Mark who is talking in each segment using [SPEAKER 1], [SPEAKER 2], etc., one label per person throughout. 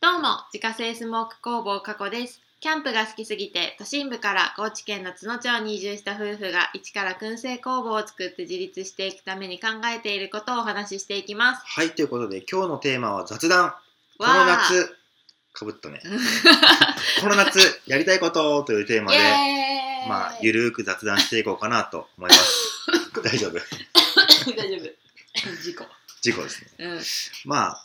[SPEAKER 1] どうも自家製スモーク工房加古ですキャンプが好きすぎて都心部から高知県の津野町に移住した夫婦が一から燻製工房を作って自立していくために考えていることをお話ししていきます
[SPEAKER 2] はい、ということで今日のテーマは雑談。この
[SPEAKER 1] ー
[SPEAKER 2] 夏、か ぶったね。この夏、やりたいことというテーマ
[SPEAKER 1] イ
[SPEAKER 2] で、
[SPEAKER 1] エーイ
[SPEAKER 2] まあ、ゆるーく雑談していこうかなと思います。大丈夫
[SPEAKER 1] 大丈夫 事故
[SPEAKER 2] 事故ですね。
[SPEAKER 1] うんは
[SPEAKER 2] まあ、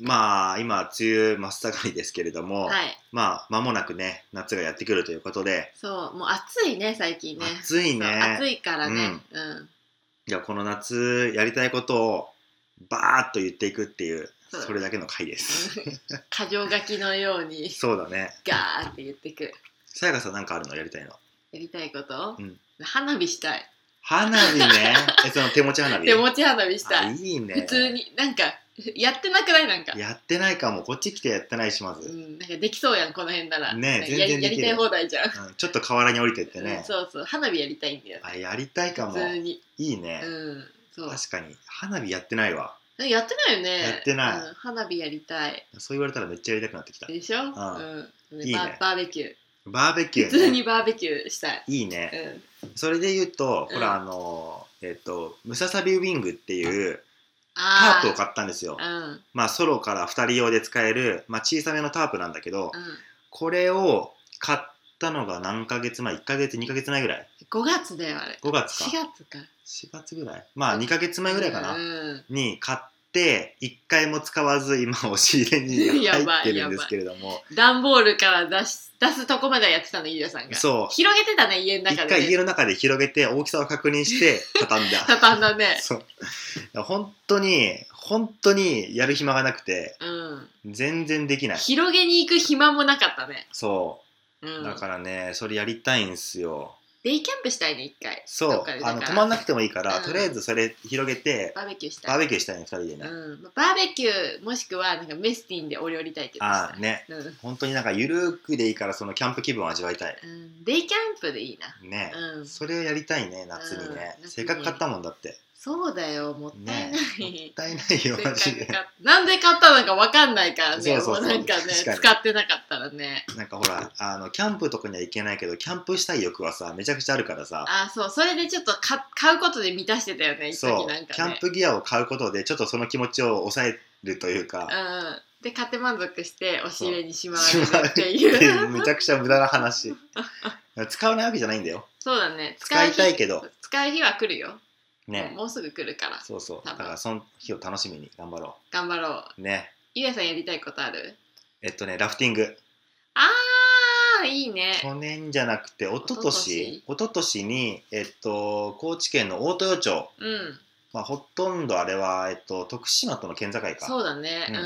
[SPEAKER 2] まあ、今、梅雨真っ盛りですけれども、
[SPEAKER 1] い
[SPEAKER 2] まあ、間もなくね、夏がやってくるということで、
[SPEAKER 1] そうもう暑いね最近ね
[SPEAKER 2] 暑いね。
[SPEAKER 1] そう暑いからねうん、
[SPEAKER 2] じゃあ、この夏、やりたいことを、バーッと言っていくっていう、
[SPEAKER 1] そう
[SPEAKER 2] それだけの回です。
[SPEAKER 1] 過剰書きのように
[SPEAKER 2] そうだね。
[SPEAKER 1] ガーって言ってく
[SPEAKER 2] さやかさん、なんかあるのやりたいの
[SPEAKER 1] やりたいこと、
[SPEAKER 2] うん
[SPEAKER 1] 花火したい
[SPEAKER 2] 花 火ね。え、その手持ち花火。
[SPEAKER 1] 手持ち花火した
[SPEAKER 2] あ
[SPEAKER 1] い
[SPEAKER 2] いいね。
[SPEAKER 1] 普通になんかやってなくないなんか、
[SPEAKER 2] やってないかも。こっち来てやってないし、ま
[SPEAKER 1] う
[SPEAKER 2] ず。
[SPEAKER 1] ん、なんかできそうやんこの辺なら
[SPEAKER 2] ねえ
[SPEAKER 1] なんか
[SPEAKER 2] 全
[SPEAKER 1] や
[SPEAKER 2] 然
[SPEAKER 1] や
[SPEAKER 2] で
[SPEAKER 1] り
[SPEAKER 2] き
[SPEAKER 1] た
[SPEAKER 2] る
[SPEAKER 1] い放題じゃん、
[SPEAKER 2] うん、ちょっと河原に降りてって
[SPEAKER 1] うん
[SPEAKER 2] ね。
[SPEAKER 1] そうそう花火やりたいんだよね
[SPEAKER 2] あやりたいか
[SPEAKER 1] 普
[SPEAKER 2] も。
[SPEAKER 1] 通に
[SPEAKER 2] いいね
[SPEAKER 1] う。んそう
[SPEAKER 2] 確かに。花火やってないわ。
[SPEAKER 1] なんかやってないよね
[SPEAKER 2] やってない
[SPEAKER 1] うん花火やりたい
[SPEAKER 2] そう言われたらめっちゃやりたくなってきた。
[SPEAKER 1] でしょ、うん
[SPEAKER 2] ん
[SPEAKER 1] ね
[SPEAKER 2] いいね
[SPEAKER 1] ババーベキュー
[SPEAKER 2] バーベキュ
[SPEAKER 1] 普通
[SPEAKER 2] ーね。
[SPEAKER 1] にバーベキューしたい、
[SPEAKER 2] いいうね。
[SPEAKER 1] ん、
[SPEAKER 2] それで言うと、
[SPEAKER 1] うん
[SPEAKER 2] ほら、あの、えっと、ムササビウィングっていう
[SPEAKER 1] あ
[SPEAKER 2] タープを
[SPEAKER 1] か
[SPEAKER 2] 買ったんですよ
[SPEAKER 1] う。ん
[SPEAKER 2] まあ、ソロから2人用で使える、まあ、小さめのタープなんだけど、
[SPEAKER 1] うん
[SPEAKER 2] これを買ったのが何ヶ月前 ?1 ヶ月、2ヶ月前ぐらい
[SPEAKER 1] 5月だよあれ
[SPEAKER 2] ?5 月か
[SPEAKER 1] 4。月か
[SPEAKER 2] 4月ぐらいまあ2ヶ月前ぐらいかな、
[SPEAKER 1] うん
[SPEAKER 2] に買って1回も使わず今押し入れに 入
[SPEAKER 1] やばい
[SPEAKER 2] ってるんですけれども
[SPEAKER 1] 段ボールから出し出すとこまでやってたの飯田さんが
[SPEAKER 2] そ
[SPEAKER 1] 広げてたね家の
[SPEAKER 2] う
[SPEAKER 1] 中
[SPEAKER 2] 1
[SPEAKER 1] で、
[SPEAKER 2] 回
[SPEAKER 1] ね、
[SPEAKER 2] 家の中で広げて大きさを確 認して畳んだ
[SPEAKER 1] 畳んだね
[SPEAKER 2] そう本当に本当にやる暇がなくて
[SPEAKER 1] うん
[SPEAKER 2] 全然できない
[SPEAKER 1] 広げに行く暇もなかったね、、
[SPEAKER 2] そううんだからねそれやりたいんすよ
[SPEAKER 1] デイキャンプしたいね一回
[SPEAKER 2] そ
[SPEAKER 1] どっ
[SPEAKER 2] う
[SPEAKER 1] かでだ
[SPEAKER 2] あ
[SPEAKER 1] か
[SPEAKER 2] の
[SPEAKER 1] ら
[SPEAKER 2] 止まんなくてもいいから、
[SPEAKER 1] うん
[SPEAKER 2] とりあえずそれ広げて
[SPEAKER 1] バーベキューした
[SPEAKER 2] バー
[SPEAKER 1] い
[SPEAKER 2] ベキューしたいね2人でね、
[SPEAKER 1] うん、バーベキューもしくはなんかメスティンでお料理対決した
[SPEAKER 2] あ
[SPEAKER 1] い
[SPEAKER 2] あね
[SPEAKER 1] うん
[SPEAKER 2] 本当になんかゆるーくでいいからそのキャンプ気分を味わいたい
[SPEAKER 1] うん、デイキャンプでいいな、
[SPEAKER 2] ね、
[SPEAKER 1] うん、
[SPEAKER 2] それをやりたいね夏にね、
[SPEAKER 1] うん
[SPEAKER 2] せっかく買ったもんだって
[SPEAKER 1] そうだよもったい
[SPEAKER 2] ね
[SPEAKER 1] ない、
[SPEAKER 2] もったいない
[SPEAKER 1] せっ
[SPEAKER 2] よ
[SPEAKER 1] か
[SPEAKER 2] マジ
[SPEAKER 1] く買っ
[SPEAKER 2] で
[SPEAKER 1] たなんで買ったのかわかんないからね
[SPEAKER 2] そうそうそう
[SPEAKER 1] もうなんかね
[SPEAKER 2] 確かに
[SPEAKER 1] 使ってなかったらね
[SPEAKER 2] なんかほらあのキャンプとかには行けないけどキャンプしたい欲はさめちゃくちゃあるからさ
[SPEAKER 1] あそうそれでちょっとか買うことで満たしてたよね一時
[SPEAKER 2] そ
[SPEAKER 1] なん
[SPEAKER 2] う、
[SPEAKER 1] かね
[SPEAKER 2] キャンプギアを買うことでちょっとその気持ちを抑えるというか、
[SPEAKER 1] うん、で買って満足して押し入れにしまわ
[SPEAKER 2] し
[SPEAKER 1] れ
[SPEAKER 2] まう
[SPEAKER 1] る
[SPEAKER 2] っ
[SPEAKER 1] って
[SPEAKER 2] て
[SPEAKER 1] いう
[SPEAKER 2] いうめちゃくちゃ無駄な話使わないわけじゃないんだよ
[SPEAKER 1] そうだね
[SPEAKER 2] 使
[SPEAKER 1] う
[SPEAKER 2] い
[SPEAKER 1] 日
[SPEAKER 2] たいけど
[SPEAKER 1] 使う日は来るよ、
[SPEAKER 2] ね
[SPEAKER 1] もうすぐ来るから
[SPEAKER 2] そうそう
[SPEAKER 1] 多
[SPEAKER 2] だ
[SPEAKER 1] 分
[SPEAKER 2] からその日を楽しみに頑張ろ
[SPEAKER 1] 頑張ろう
[SPEAKER 2] うね
[SPEAKER 1] ゆうやさんやりたいことある
[SPEAKER 2] えっとねラフティング
[SPEAKER 1] あーいいね
[SPEAKER 2] 去年じゃなくて一昨年一昨年にえっと高知県の大豊町
[SPEAKER 1] うん
[SPEAKER 2] まあ、ほとんどあれは、えっと、徳島との県境
[SPEAKER 1] そ
[SPEAKER 2] か
[SPEAKER 1] うだね、う、
[SPEAKER 2] うんん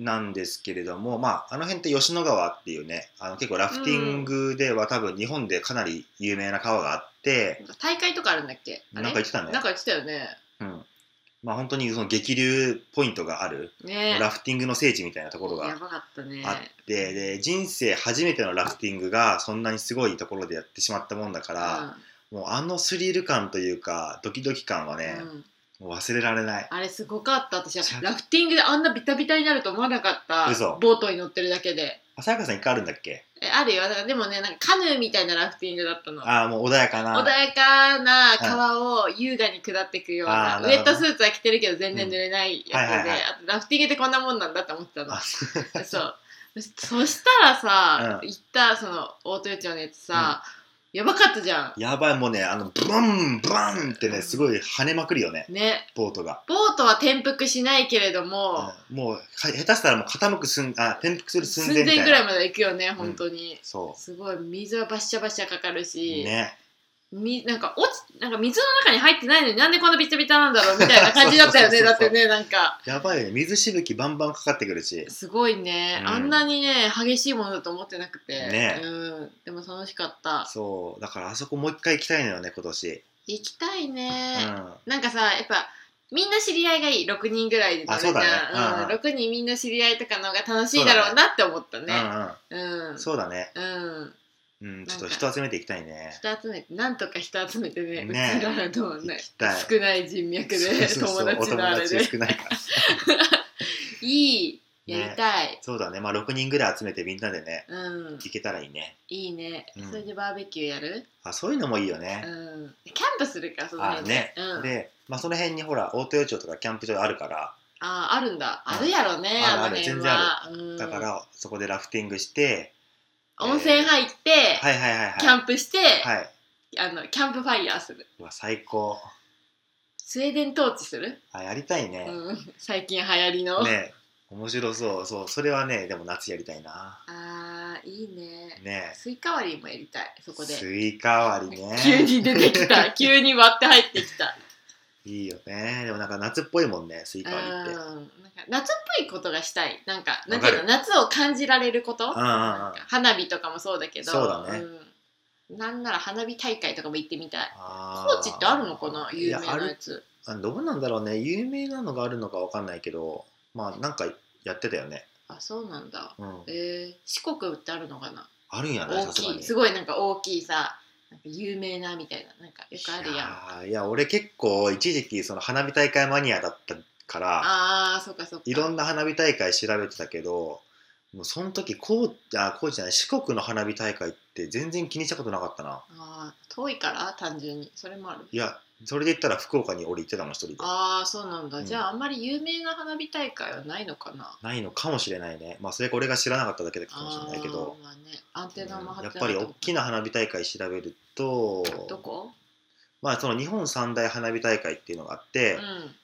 [SPEAKER 1] うん
[SPEAKER 2] なんですけれども、まあ、あの辺って吉野川っていうねあの結構ラフティングでは多分日本でかなり有名な川があって、
[SPEAKER 1] なんか大会とかあるんだっけあれ
[SPEAKER 2] なんか言ってたね
[SPEAKER 1] なんか言ってたよね
[SPEAKER 2] うんまあ、本当にその激流ポイントがある、
[SPEAKER 1] ね
[SPEAKER 2] ラフティングの聖地みたいなところ
[SPEAKER 1] や
[SPEAKER 2] が
[SPEAKER 1] ばかったね
[SPEAKER 2] あってで人生初めてのラフティングがそんなにすごいところでやってしまったもんだから、もうあのスリル感というかドキドキ感はね
[SPEAKER 1] う、んうん
[SPEAKER 2] もう忘れられない。
[SPEAKER 1] あれすごかった私
[SPEAKER 2] ちゃ
[SPEAKER 1] ラフティングであんなビタビタになると思わなかった
[SPEAKER 2] 嘘
[SPEAKER 1] ボートに乗ってるだけで
[SPEAKER 2] あさやかさん一回あるんだっけ
[SPEAKER 1] えあるよだからでもねなんかカヌーみたいなラフティングだったの
[SPEAKER 2] ああもう穏やかな
[SPEAKER 1] 穏やかな川を優雅に下っていくような、
[SPEAKER 2] あー
[SPEAKER 1] ウ
[SPEAKER 2] な
[SPEAKER 1] エ
[SPEAKER 2] る
[SPEAKER 1] ッ
[SPEAKER 2] ほ
[SPEAKER 1] ト
[SPEAKER 2] ど
[SPEAKER 1] スーツは着てるけど全然濡れないやつで、
[SPEAKER 2] うんはいはいはい
[SPEAKER 1] あとラフティングってこんなもんなんだって思ってたの
[SPEAKER 2] あ
[SPEAKER 1] そうそしたらさ、行ったその大豊町のやつさ、やばかったじゃ
[SPEAKER 2] やばい、もうね、あの、ブラン、ブランってね、すごい跳ねまくるよね、
[SPEAKER 1] んね
[SPEAKER 2] ボートが。
[SPEAKER 1] ボートは転覆しないけれども、
[SPEAKER 2] うんもう、か下手したらもう傾くすん、あ、転覆する寸
[SPEAKER 1] 寸
[SPEAKER 2] 前みたい
[SPEAKER 1] 前
[SPEAKER 2] な。
[SPEAKER 1] ぐらいまで行くよね本当に、
[SPEAKER 2] そ
[SPEAKER 1] すごい水はバシャバシャかかる
[SPEAKER 2] う。
[SPEAKER 1] し、
[SPEAKER 2] ね。
[SPEAKER 1] みなんか落ちなんか水の中に入ってないのになんでこんなビチャビチャなんだろうみたいな感じだったよね
[SPEAKER 2] そうそ
[SPEAKER 1] だ
[SPEAKER 2] う
[SPEAKER 1] っ
[SPEAKER 2] そうそ
[SPEAKER 1] て
[SPEAKER 2] う
[SPEAKER 1] ねなんか。
[SPEAKER 2] やばいよね、水しぶきバンバンかかってくるし。
[SPEAKER 1] すごいね、
[SPEAKER 2] うん
[SPEAKER 1] あんなにね激しいものだと思ってなくて、
[SPEAKER 2] ね
[SPEAKER 1] うん、でも楽しかった
[SPEAKER 2] そう。だからあそこもう一回行きたいのよね、今年。
[SPEAKER 1] 行きたいね
[SPEAKER 2] う、
[SPEAKER 1] なんかさやっぱみんな知り合いがいい6人ぐらいで乗るじゃん、
[SPEAKER 2] あそうだね
[SPEAKER 1] うん
[SPEAKER 2] うん
[SPEAKER 1] 6人みんな知り合いとかの方が楽しいだろうなって思ったね
[SPEAKER 2] ん。う
[SPEAKER 1] う
[SPEAKER 2] んうんん。そうだね。
[SPEAKER 1] うん、
[SPEAKER 2] うん、ちょっと人集めていきたいね。
[SPEAKER 1] 人集めてなんとか人集めてね
[SPEAKER 2] ね
[SPEAKER 1] うちらのね
[SPEAKER 2] 行きたい
[SPEAKER 1] 少ない人脈で
[SPEAKER 2] そうそうそう
[SPEAKER 1] 友達のあれ
[SPEAKER 2] お友
[SPEAKER 1] で
[SPEAKER 2] 達少ないから。
[SPEAKER 1] いいやりたい、
[SPEAKER 2] そうだねまあ6人ぐらい集めてみんなでね
[SPEAKER 1] うん
[SPEAKER 2] 行けたらいいね
[SPEAKER 1] いいね、
[SPEAKER 2] うん
[SPEAKER 1] それでバーベキューやる
[SPEAKER 2] あそういうのもいいよね
[SPEAKER 1] う、んキャンプするからその
[SPEAKER 2] あ
[SPEAKER 1] 辺で
[SPEAKER 2] ね、
[SPEAKER 1] うん、
[SPEAKER 2] で、まあ、その辺にほら大豊町とかキャンプ場あるから
[SPEAKER 1] ああるんだあるやろね、
[SPEAKER 2] ん
[SPEAKER 1] あの
[SPEAKER 2] あるある
[SPEAKER 1] 辺
[SPEAKER 2] 全然
[SPEAKER 1] はうん
[SPEAKER 2] だからそこでラフティングして、
[SPEAKER 1] 温泉入って、
[SPEAKER 2] はいはいはいはい
[SPEAKER 1] キャンプして、
[SPEAKER 2] はい
[SPEAKER 1] あのキャンプファイヤーする
[SPEAKER 2] うわ最高
[SPEAKER 1] スウェーデントーチする、
[SPEAKER 2] あやりたいね、
[SPEAKER 1] うん、最近流行りの、
[SPEAKER 2] ね面白そうそうそれはねでも夏やりたいな
[SPEAKER 1] あーいいね
[SPEAKER 2] ね
[SPEAKER 1] スイカ割りもやりたいそこで
[SPEAKER 2] スイカ割りね
[SPEAKER 1] 急に出てき た急に割って入ってきた
[SPEAKER 2] いいよねでもなんか夏っぽいもんねスイ
[SPEAKER 1] う
[SPEAKER 2] カ
[SPEAKER 1] ん
[SPEAKER 2] 割りってうんうんうん
[SPEAKER 1] なんか夏っぽいことがしたいなんかな
[SPEAKER 2] わ
[SPEAKER 1] んて
[SPEAKER 2] か
[SPEAKER 1] いうの
[SPEAKER 2] る
[SPEAKER 1] 夏を感じられること
[SPEAKER 2] あ
[SPEAKER 1] 花火とかもそうだけど
[SPEAKER 2] そうだね
[SPEAKER 1] うんなんなら花火大会とかも行ってみたい
[SPEAKER 2] あ
[SPEAKER 1] 高知ってあるのかな有名
[SPEAKER 2] いやあ
[SPEAKER 1] なや
[SPEAKER 2] る
[SPEAKER 1] つ
[SPEAKER 2] あどうなんだろうね有名なのがあるのかわかんないけどまあなんかやってたよね
[SPEAKER 1] あそうなんだ
[SPEAKER 2] うん
[SPEAKER 1] えー、四国ってあるのかな
[SPEAKER 2] あるんやね
[SPEAKER 1] 大
[SPEAKER 2] さすが
[SPEAKER 1] き
[SPEAKER 2] に
[SPEAKER 1] いすごいなんか大きいさなんか有名なみたいななんかよくあるやん
[SPEAKER 2] いやーいや俺結構一時期その花火大会マニアだったから
[SPEAKER 1] ああーそうかそうか
[SPEAKER 2] いろんな花火大会調べてたけどもうその時高知あ高知じゃない四国の花火大会って全然気にしたことなかったな
[SPEAKER 1] あー遠いから単純にそれもある
[SPEAKER 2] いやそれで言ったら福岡に俺行ってたもん一人で
[SPEAKER 1] ああそうなんだ、
[SPEAKER 2] うん
[SPEAKER 1] じゃああんまり有名な花火大会はないのかな
[SPEAKER 2] ないのかもしれないねまあそれか俺が知らなかっただけかもしれないけど
[SPEAKER 1] あー、まあね、アンテナも
[SPEAKER 2] うん
[SPEAKER 1] 張
[SPEAKER 2] や
[SPEAKER 1] っ
[SPEAKER 2] ってぱ
[SPEAKER 1] な
[SPEAKER 2] り
[SPEAKER 1] い
[SPEAKER 2] 大きな花火大会調べると
[SPEAKER 1] どこ
[SPEAKER 2] まあその日本三大花火大会っていうのがあって、
[SPEAKER 1] う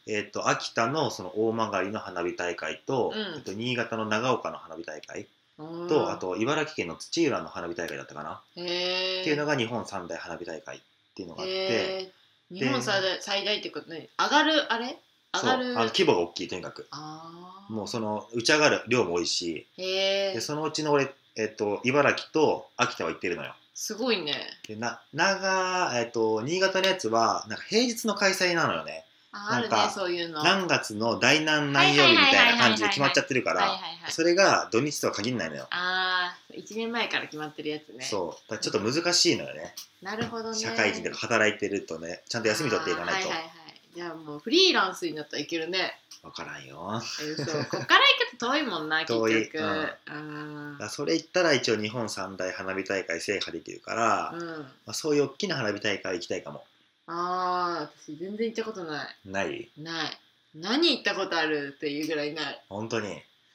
[SPEAKER 2] えっと秋田のその大曲の花火大会と,、
[SPEAKER 1] うん
[SPEAKER 2] えっと新潟の長岡の花火大会
[SPEAKER 1] ん
[SPEAKER 2] と、
[SPEAKER 1] うん
[SPEAKER 2] あと茨城県の土浦の花火大会だったかな、
[SPEAKER 1] へー
[SPEAKER 2] っていうのが日本三大花火大会っていうのがあって、
[SPEAKER 1] へー日本最大最大ってことね上がるあれ上
[SPEAKER 2] そう
[SPEAKER 1] が
[SPEAKER 2] あ
[SPEAKER 1] る
[SPEAKER 2] の規模が大きいとにかく
[SPEAKER 1] あー
[SPEAKER 2] もうその打ち上がる量も多いし
[SPEAKER 1] へえ
[SPEAKER 2] でそのうちの俺、えっと茨城と秋田は行ってるのよ
[SPEAKER 1] すごいね
[SPEAKER 2] でな長、えっと新潟のやつはなんか平日の開催なのよね
[SPEAKER 1] あーあ
[SPEAKER 2] な
[SPEAKER 1] るね
[SPEAKER 2] んか
[SPEAKER 1] そういうの
[SPEAKER 2] 何月の第何何曜日みたいな感じで決まっちゃってるか
[SPEAKER 1] はいはい
[SPEAKER 2] ら
[SPEAKER 1] はい
[SPEAKER 2] それが土日とは限らないのよ
[SPEAKER 1] ああ1年前から決まってるやつね
[SPEAKER 2] そうだからちょっと難しいのよね
[SPEAKER 1] なるほどね
[SPEAKER 2] 社会人とか働いてるとねちゃんと休み取っていかないと
[SPEAKER 1] あーはいはいはいじゃあもうフリーランスになったらいけるね
[SPEAKER 2] 分からんよだか
[SPEAKER 1] え ーそうこっから行くと遠いもんな結局
[SPEAKER 2] 遠いうん
[SPEAKER 1] あ
[SPEAKER 2] らそれ言ったら一応日本三大花火大会制覇できるから、
[SPEAKER 1] ー
[SPEAKER 2] ま
[SPEAKER 1] うん
[SPEAKER 2] あ、そういう大きな花火大会行きたいかも
[SPEAKER 1] あー私全然行ったことな
[SPEAKER 2] ない
[SPEAKER 1] いない何行ったことあるっていうぐらいない
[SPEAKER 2] 本当に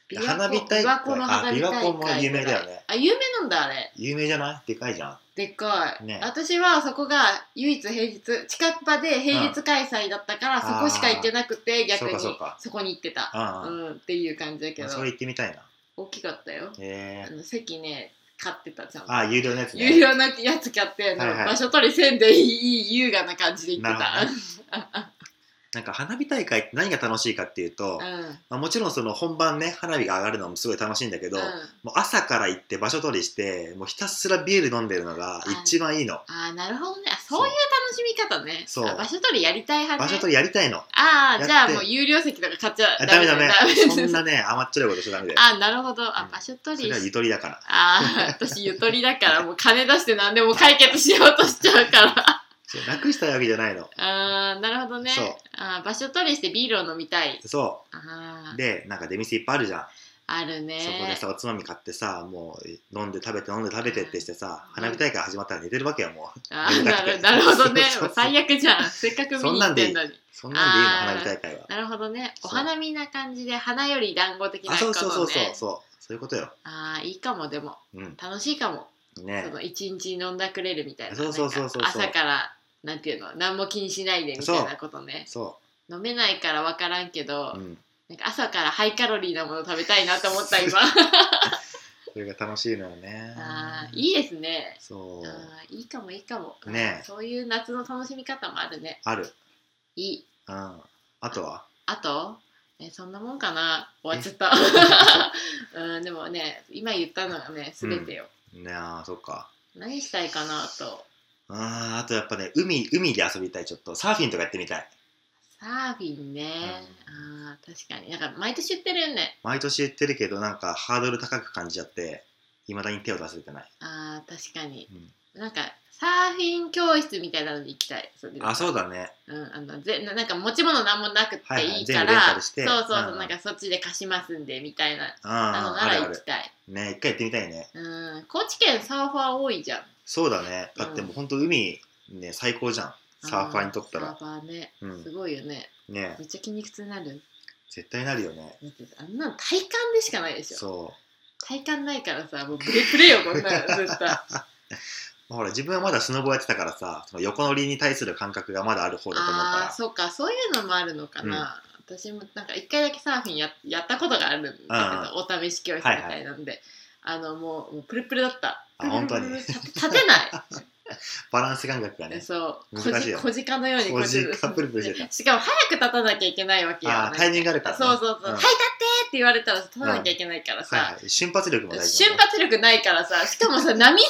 [SPEAKER 1] 琵琶湖
[SPEAKER 2] 花火大会
[SPEAKER 1] 琵琶湖の花火大会
[SPEAKER 2] あ琵琶湖も有名だよね
[SPEAKER 1] あ有名なんだあれ
[SPEAKER 2] 有名じゃないでかいじゃん
[SPEAKER 1] でっかい、
[SPEAKER 2] ね
[SPEAKER 1] 私はそこが唯一平日近場で平日開催だったから、
[SPEAKER 2] ん
[SPEAKER 1] そこしか行ってなくて逆に
[SPEAKER 2] そうかそうか
[SPEAKER 1] そこに行ってた
[SPEAKER 2] あ
[SPEAKER 1] うん
[SPEAKER 2] あ、
[SPEAKER 1] っていう感じだけ
[SPEAKER 2] ま
[SPEAKER 1] ど
[SPEAKER 2] あそれ行ってみたいな
[SPEAKER 1] 大きかったよ
[SPEAKER 2] へ
[SPEAKER 1] あ
[SPEAKER 2] え
[SPEAKER 1] の席ね買ってたじゃんと
[SPEAKER 2] ああ有料のやつね
[SPEAKER 1] 有料なやつ買って、なんか
[SPEAKER 2] はいはい
[SPEAKER 1] 場所取りせんでいい優雅な感じで行って
[SPEAKER 2] なる
[SPEAKER 1] た。
[SPEAKER 2] なんか花火大会って何が楽しいかっていう
[SPEAKER 1] う
[SPEAKER 2] と、
[SPEAKER 1] ん
[SPEAKER 2] まあ、もちろんその本番ね花火が上がるのもすごい楽しいんだけど、
[SPEAKER 1] うん
[SPEAKER 2] もう朝から行って場所取りしてもうひたすらビール飲んでるのが一番いいの
[SPEAKER 1] ああなるほどねあそういう楽しみ方ね
[SPEAKER 2] そう
[SPEAKER 1] あ場所取りやりたい派
[SPEAKER 2] 場
[SPEAKER 1] ね
[SPEAKER 2] 所取りやりたいの
[SPEAKER 1] あ
[SPEAKER 2] やっ
[SPEAKER 1] あ
[SPEAKER 2] て
[SPEAKER 1] じゃあもう有料席とか買っちゃ
[SPEAKER 2] あダメダメそん
[SPEAKER 1] です
[SPEAKER 2] なね甘っちょろいことしちゃダメだよ
[SPEAKER 1] あなるほどあ
[SPEAKER 2] うん
[SPEAKER 1] 場所取
[SPEAKER 2] それはゆ
[SPEAKER 1] り
[SPEAKER 2] とりだから
[SPEAKER 1] ああ私ゆとりだからもう金出して何でも解決しようとしちゃうから
[SPEAKER 2] そう楽したいわけじゃないの
[SPEAKER 1] ああなるほどね
[SPEAKER 2] そう
[SPEAKER 1] あー場所取りしてビールを飲みたい
[SPEAKER 2] そ
[SPEAKER 1] あー
[SPEAKER 2] うでなんか出店いっぱいあるじゃん、
[SPEAKER 1] あるね
[SPEAKER 2] そこでさおつまみ買ってさもう飲んで食べて飲んで食べてってしてさ花火大会始まったら寝てるわけよもう
[SPEAKER 1] あーなるなるほどねもう最悪じゃんせっかく見に行ってんのに
[SPEAKER 2] そんなんでいいの
[SPEAKER 1] あー
[SPEAKER 2] 花火大会は
[SPEAKER 1] なるほどねお
[SPEAKER 2] そう
[SPEAKER 1] 花見な感じで花より団子的な
[SPEAKER 2] あ
[SPEAKER 1] こと
[SPEAKER 2] そ
[SPEAKER 1] ね
[SPEAKER 2] うそうそうそうそうそういうことよ
[SPEAKER 1] あーいいかもでも
[SPEAKER 2] うん
[SPEAKER 1] 楽しいかも、
[SPEAKER 2] ね
[SPEAKER 1] その一日飲んだくれるみたいな
[SPEAKER 2] そうそうそうそう
[SPEAKER 1] なんか朝からなんていうの何も気にしないでみたいなことね
[SPEAKER 2] そ
[SPEAKER 1] 飲めないから分からんけど、
[SPEAKER 2] ううん
[SPEAKER 1] なんか朝からハイカロリーなもの食べたいなと思った今
[SPEAKER 2] それが楽しいのよね
[SPEAKER 1] あーいいですね
[SPEAKER 2] そ
[SPEAKER 1] あ
[SPEAKER 2] う
[SPEAKER 1] ーいいかもいいかも、
[SPEAKER 2] ね
[SPEAKER 1] そういう夏の楽しみ方もあるね
[SPEAKER 2] ある
[SPEAKER 1] いい
[SPEAKER 2] うんあとは
[SPEAKER 1] あとえそんなもんかな終わっちゃった。 うん、でもね今言ったのがね全てよ、
[SPEAKER 2] ねあーそっか
[SPEAKER 1] 何したいかなと
[SPEAKER 2] あーあとやっぱね海海で遊びたいちょっとサーフィンとかやってみたい
[SPEAKER 1] サーフィンね、あー確かになんか毎年言ってるよね
[SPEAKER 2] 毎年言ってるけどなんかハードル高く感じちゃっていまだに手を出せてない、
[SPEAKER 1] あー確かに
[SPEAKER 2] うん
[SPEAKER 1] なんかサーフィン教室みたいなのに行きたいそれで
[SPEAKER 2] あそうだね
[SPEAKER 1] うん、あのぜななんか持ち物なんもなくて
[SPEAKER 2] はいはい
[SPEAKER 1] いいか
[SPEAKER 2] 全部レンタ
[SPEAKER 1] ら、
[SPEAKER 2] ルして
[SPEAKER 1] そうそうそう、
[SPEAKER 2] うんうん
[SPEAKER 1] なんかそっちで貸しますんでみたいなあの
[SPEAKER 2] ああ
[SPEAKER 1] な
[SPEAKER 2] あ
[SPEAKER 1] ら
[SPEAKER 2] るあ
[SPEAKER 1] 行
[SPEAKER 2] る
[SPEAKER 1] きたい
[SPEAKER 2] ね一回行ってみたいね
[SPEAKER 1] うん高知県サーファー多いじゃん
[SPEAKER 2] そうだねだって
[SPEAKER 1] うん
[SPEAKER 2] もうほんと海ね最高じゃんサーファーにとった
[SPEAKER 1] あー
[SPEAKER 2] ら
[SPEAKER 1] サーファーね、
[SPEAKER 2] うん
[SPEAKER 1] すごいよね
[SPEAKER 2] ね
[SPEAKER 1] めっちゃ筋肉痛になる
[SPEAKER 2] 絶対なるよね
[SPEAKER 1] だってあんなの体感でしかないでしょ
[SPEAKER 2] そう
[SPEAKER 1] 体感ないからさもうブレブレよこんな の絶対
[SPEAKER 2] まあほら自分はまだスノボやってたからさその横乗りに対する感覚がまだある方だと思うか
[SPEAKER 1] あ
[SPEAKER 2] ら
[SPEAKER 1] あそうかそういうのもあるのかな、私もなんか一回だけサーフィンややったことがあるんだけど、お試し教室みたいなんで、あのもうもうプルプルだった
[SPEAKER 2] あ本当に
[SPEAKER 1] プルプル立て立てない
[SPEAKER 2] バランス感覚がね
[SPEAKER 1] そう
[SPEAKER 2] 難しいよね
[SPEAKER 1] 小鹿のようにこうやって
[SPEAKER 2] 小鹿プルプルしてた
[SPEAKER 1] しかも早く立たなきゃいけないわけよ
[SPEAKER 2] あータイミングがあるからね
[SPEAKER 1] そうそうそう「
[SPEAKER 2] うん
[SPEAKER 1] はい立って!」って言われたら立たなきゃいけないから
[SPEAKER 2] はい
[SPEAKER 1] さ、
[SPEAKER 2] はい瞬発力も大事だ
[SPEAKER 1] 瞬
[SPEAKER 2] ね
[SPEAKER 1] 発力ないからさしかもさ波の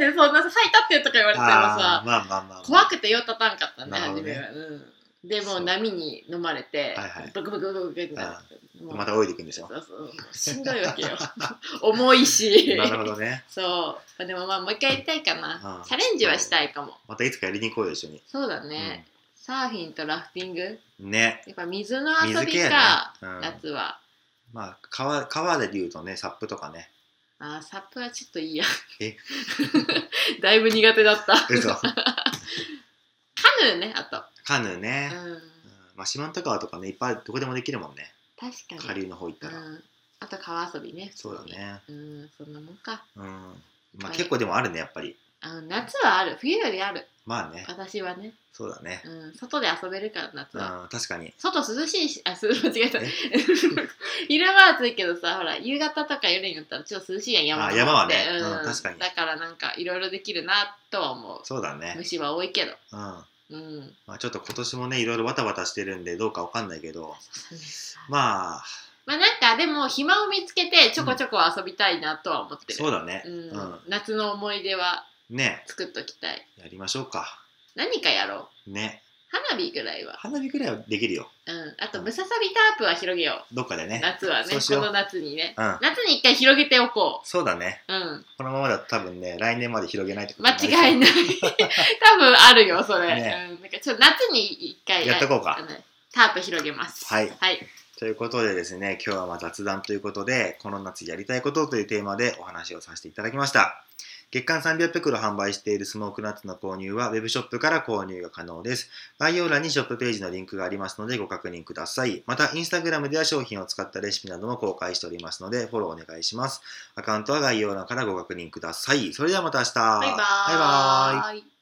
[SPEAKER 1] 上でそんな「はい立って!」とか言われても
[SPEAKER 2] あ
[SPEAKER 1] さ
[SPEAKER 2] ーまあまあまあまあ
[SPEAKER 1] 怖くてよ立たんかったね
[SPEAKER 2] なるほ
[SPEAKER 1] 初
[SPEAKER 2] ど
[SPEAKER 1] め
[SPEAKER 2] ね
[SPEAKER 1] は、うん、でも
[SPEAKER 2] そうう
[SPEAKER 1] 波に飲まれて、
[SPEAKER 2] はいはい
[SPEAKER 1] ブクブクブクブクってなってもう
[SPEAKER 2] また泳いでいくんでしょ
[SPEAKER 1] そうそうしんどいわけよ重いし
[SPEAKER 2] なるほどね
[SPEAKER 1] そうでもまあもう一回やりたいかな、
[SPEAKER 2] うん
[SPEAKER 1] チャレンジはしたいかも
[SPEAKER 2] またいつかやりに行こうよ一緒に
[SPEAKER 1] そうだね、サーフィンとラフティングや
[SPEAKER 2] ね
[SPEAKER 1] っぱ水の遊
[SPEAKER 2] 水
[SPEAKER 1] び
[SPEAKER 2] 系やね
[SPEAKER 1] か、
[SPEAKER 2] うん
[SPEAKER 1] 夏は
[SPEAKER 2] まあ川川で言うとねサップとかね
[SPEAKER 1] あーサップはちょっといいや
[SPEAKER 2] え
[SPEAKER 1] だいぶ苦手だったカ
[SPEAKER 2] 嘘
[SPEAKER 1] ヌ ーねあと、
[SPEAKER 2] カヌーね、
[SPEAKER 1] うん、
[SPEAKER 2] うんまあ四万十川とかねいっぱいどこでもできるもんね
[SPEAKER 1] 確か
[SPEAKER 2] 下
[SPEAKER 1] に、
[SPEAKER 2] 流の方行っ
[SPEAKER 1] う
[SPEAKER 2] たら、
[SPEAKER 1] ん、あと川遊びね
[SPEAKER 2] そうだね
[SPEAKER 1] うんそんなもんか
[SPEAKER 2] うんま
[SPEAKER 1] は
[SPEAKER 2] あ
[SPEAKER 1] い
[SPEAKER 2] 結構でもあるねやっぱり
[SPEAKER 1] あの夏はある冬よりある
[SPEAKER 2] まあね
[SPEAKER 1] 私はね、
[SPEAKER 2] そうだね
[SPEAKER 1] うん、外で遊べるから夏
[SPEAKER 2] うん
[SPEAKER 1] は、
[SPEAKER 2] 確かに
[SPEAKER 1] 外涼しいしあす 間違えた
[SPEAKER 2] え
[SPEAKER 1] 昼間は暑いけどさほら夕方とか夜になったらちょっと涼しいやん山
[SPEAKER 2] あ
[SPEAKER 1] の
[SPEAKER 2] 山は
[SPEAKER 1] 方って
[SPEAKER 2] ねうん確かに
[SPEAKER 1] だからなんかいろいろできるなとは思う
[SPEAKER 2] そうだね
[SPEAKER 1] 虫は多いけど
[SPEAKER 2] うんま
[SPEAKER 1] うん
[SPEAKER 2] あちょっと今年もねいろいろバタバタしてるんでどうかわかんないけど
[SPEAKER 1] ま
[SPEAKER 2] まあ
[SPEAKER 1] あなんかでも暇を見つけてちょこちょこ遊びたいなとは思ってる、
[SPEAKER 2] そうだね
[SPEAKER 1] うん
[SPEAKER 2] うん
[SPEAKER 1] 夏の思い出は
[SPEAKER 2] ね
[SPEAKER 1] 作っときたい
[SPEAKER 2] やりましょうか
[SPEAKER 1] 何かやろう
[SPEAKER 2] ね
[SPEAKER 1] 花火ぐらいは、
[SPEAKER 2] 花火くらいはできるよ
[SPEAKER 1] うん、あとムササビタープは広げよ
[SPEAKER 2] どっかで
[SPEAKER 1] う
[SPEAKER 2] ね
[SPEAKER 1] 夏はね
[SPEAKER 2] そうし
[SPEAKER 1] こ
[SPEAKER 2] よう
[SPEAKER 1] の夏にね
[SPEAKER 2] うん
[SPEAKER 1] 夏に一回広げておこ
[SPEAKER 2] そうだね
[SPEAKER 1] ううん
[SPEAKER 2] このままだと多分ね来年まで広げないってこと
[SPEAKER 1] 間
[SPEAKER 2] にりそう
[SPEAKER 1] 違い ない多分あるよそれ、
[SPEAKER 2] ね
[SPEAKER 1] うん、なんかちょっと夏に一回
[SPEAKER 2] やっとこうか
[SPEAKER 1] あのタープ広げます
[SPEAKER 2] はい
[SPEAKER 1] はい、
[SPEAKER 2] ということでですね今日はまあ雑談ということでこの夏やりたいことというテーマでお話をさせていただきました月間300袋販売しているスモークナッツの購入はウェブショップから購入が可能です概要欄にショップページのリンクがありますのでご確認くださいまたインスタグラムでは商品を使ったレシピなども公開しておりますのでフォローお願いしますアカウントは概要欄からご確認くださいそれではまた明日バ
[SPEAKER 1] バイバーイ
[SPEAKER 2] バイバーイ
[SPEAKER 1] イ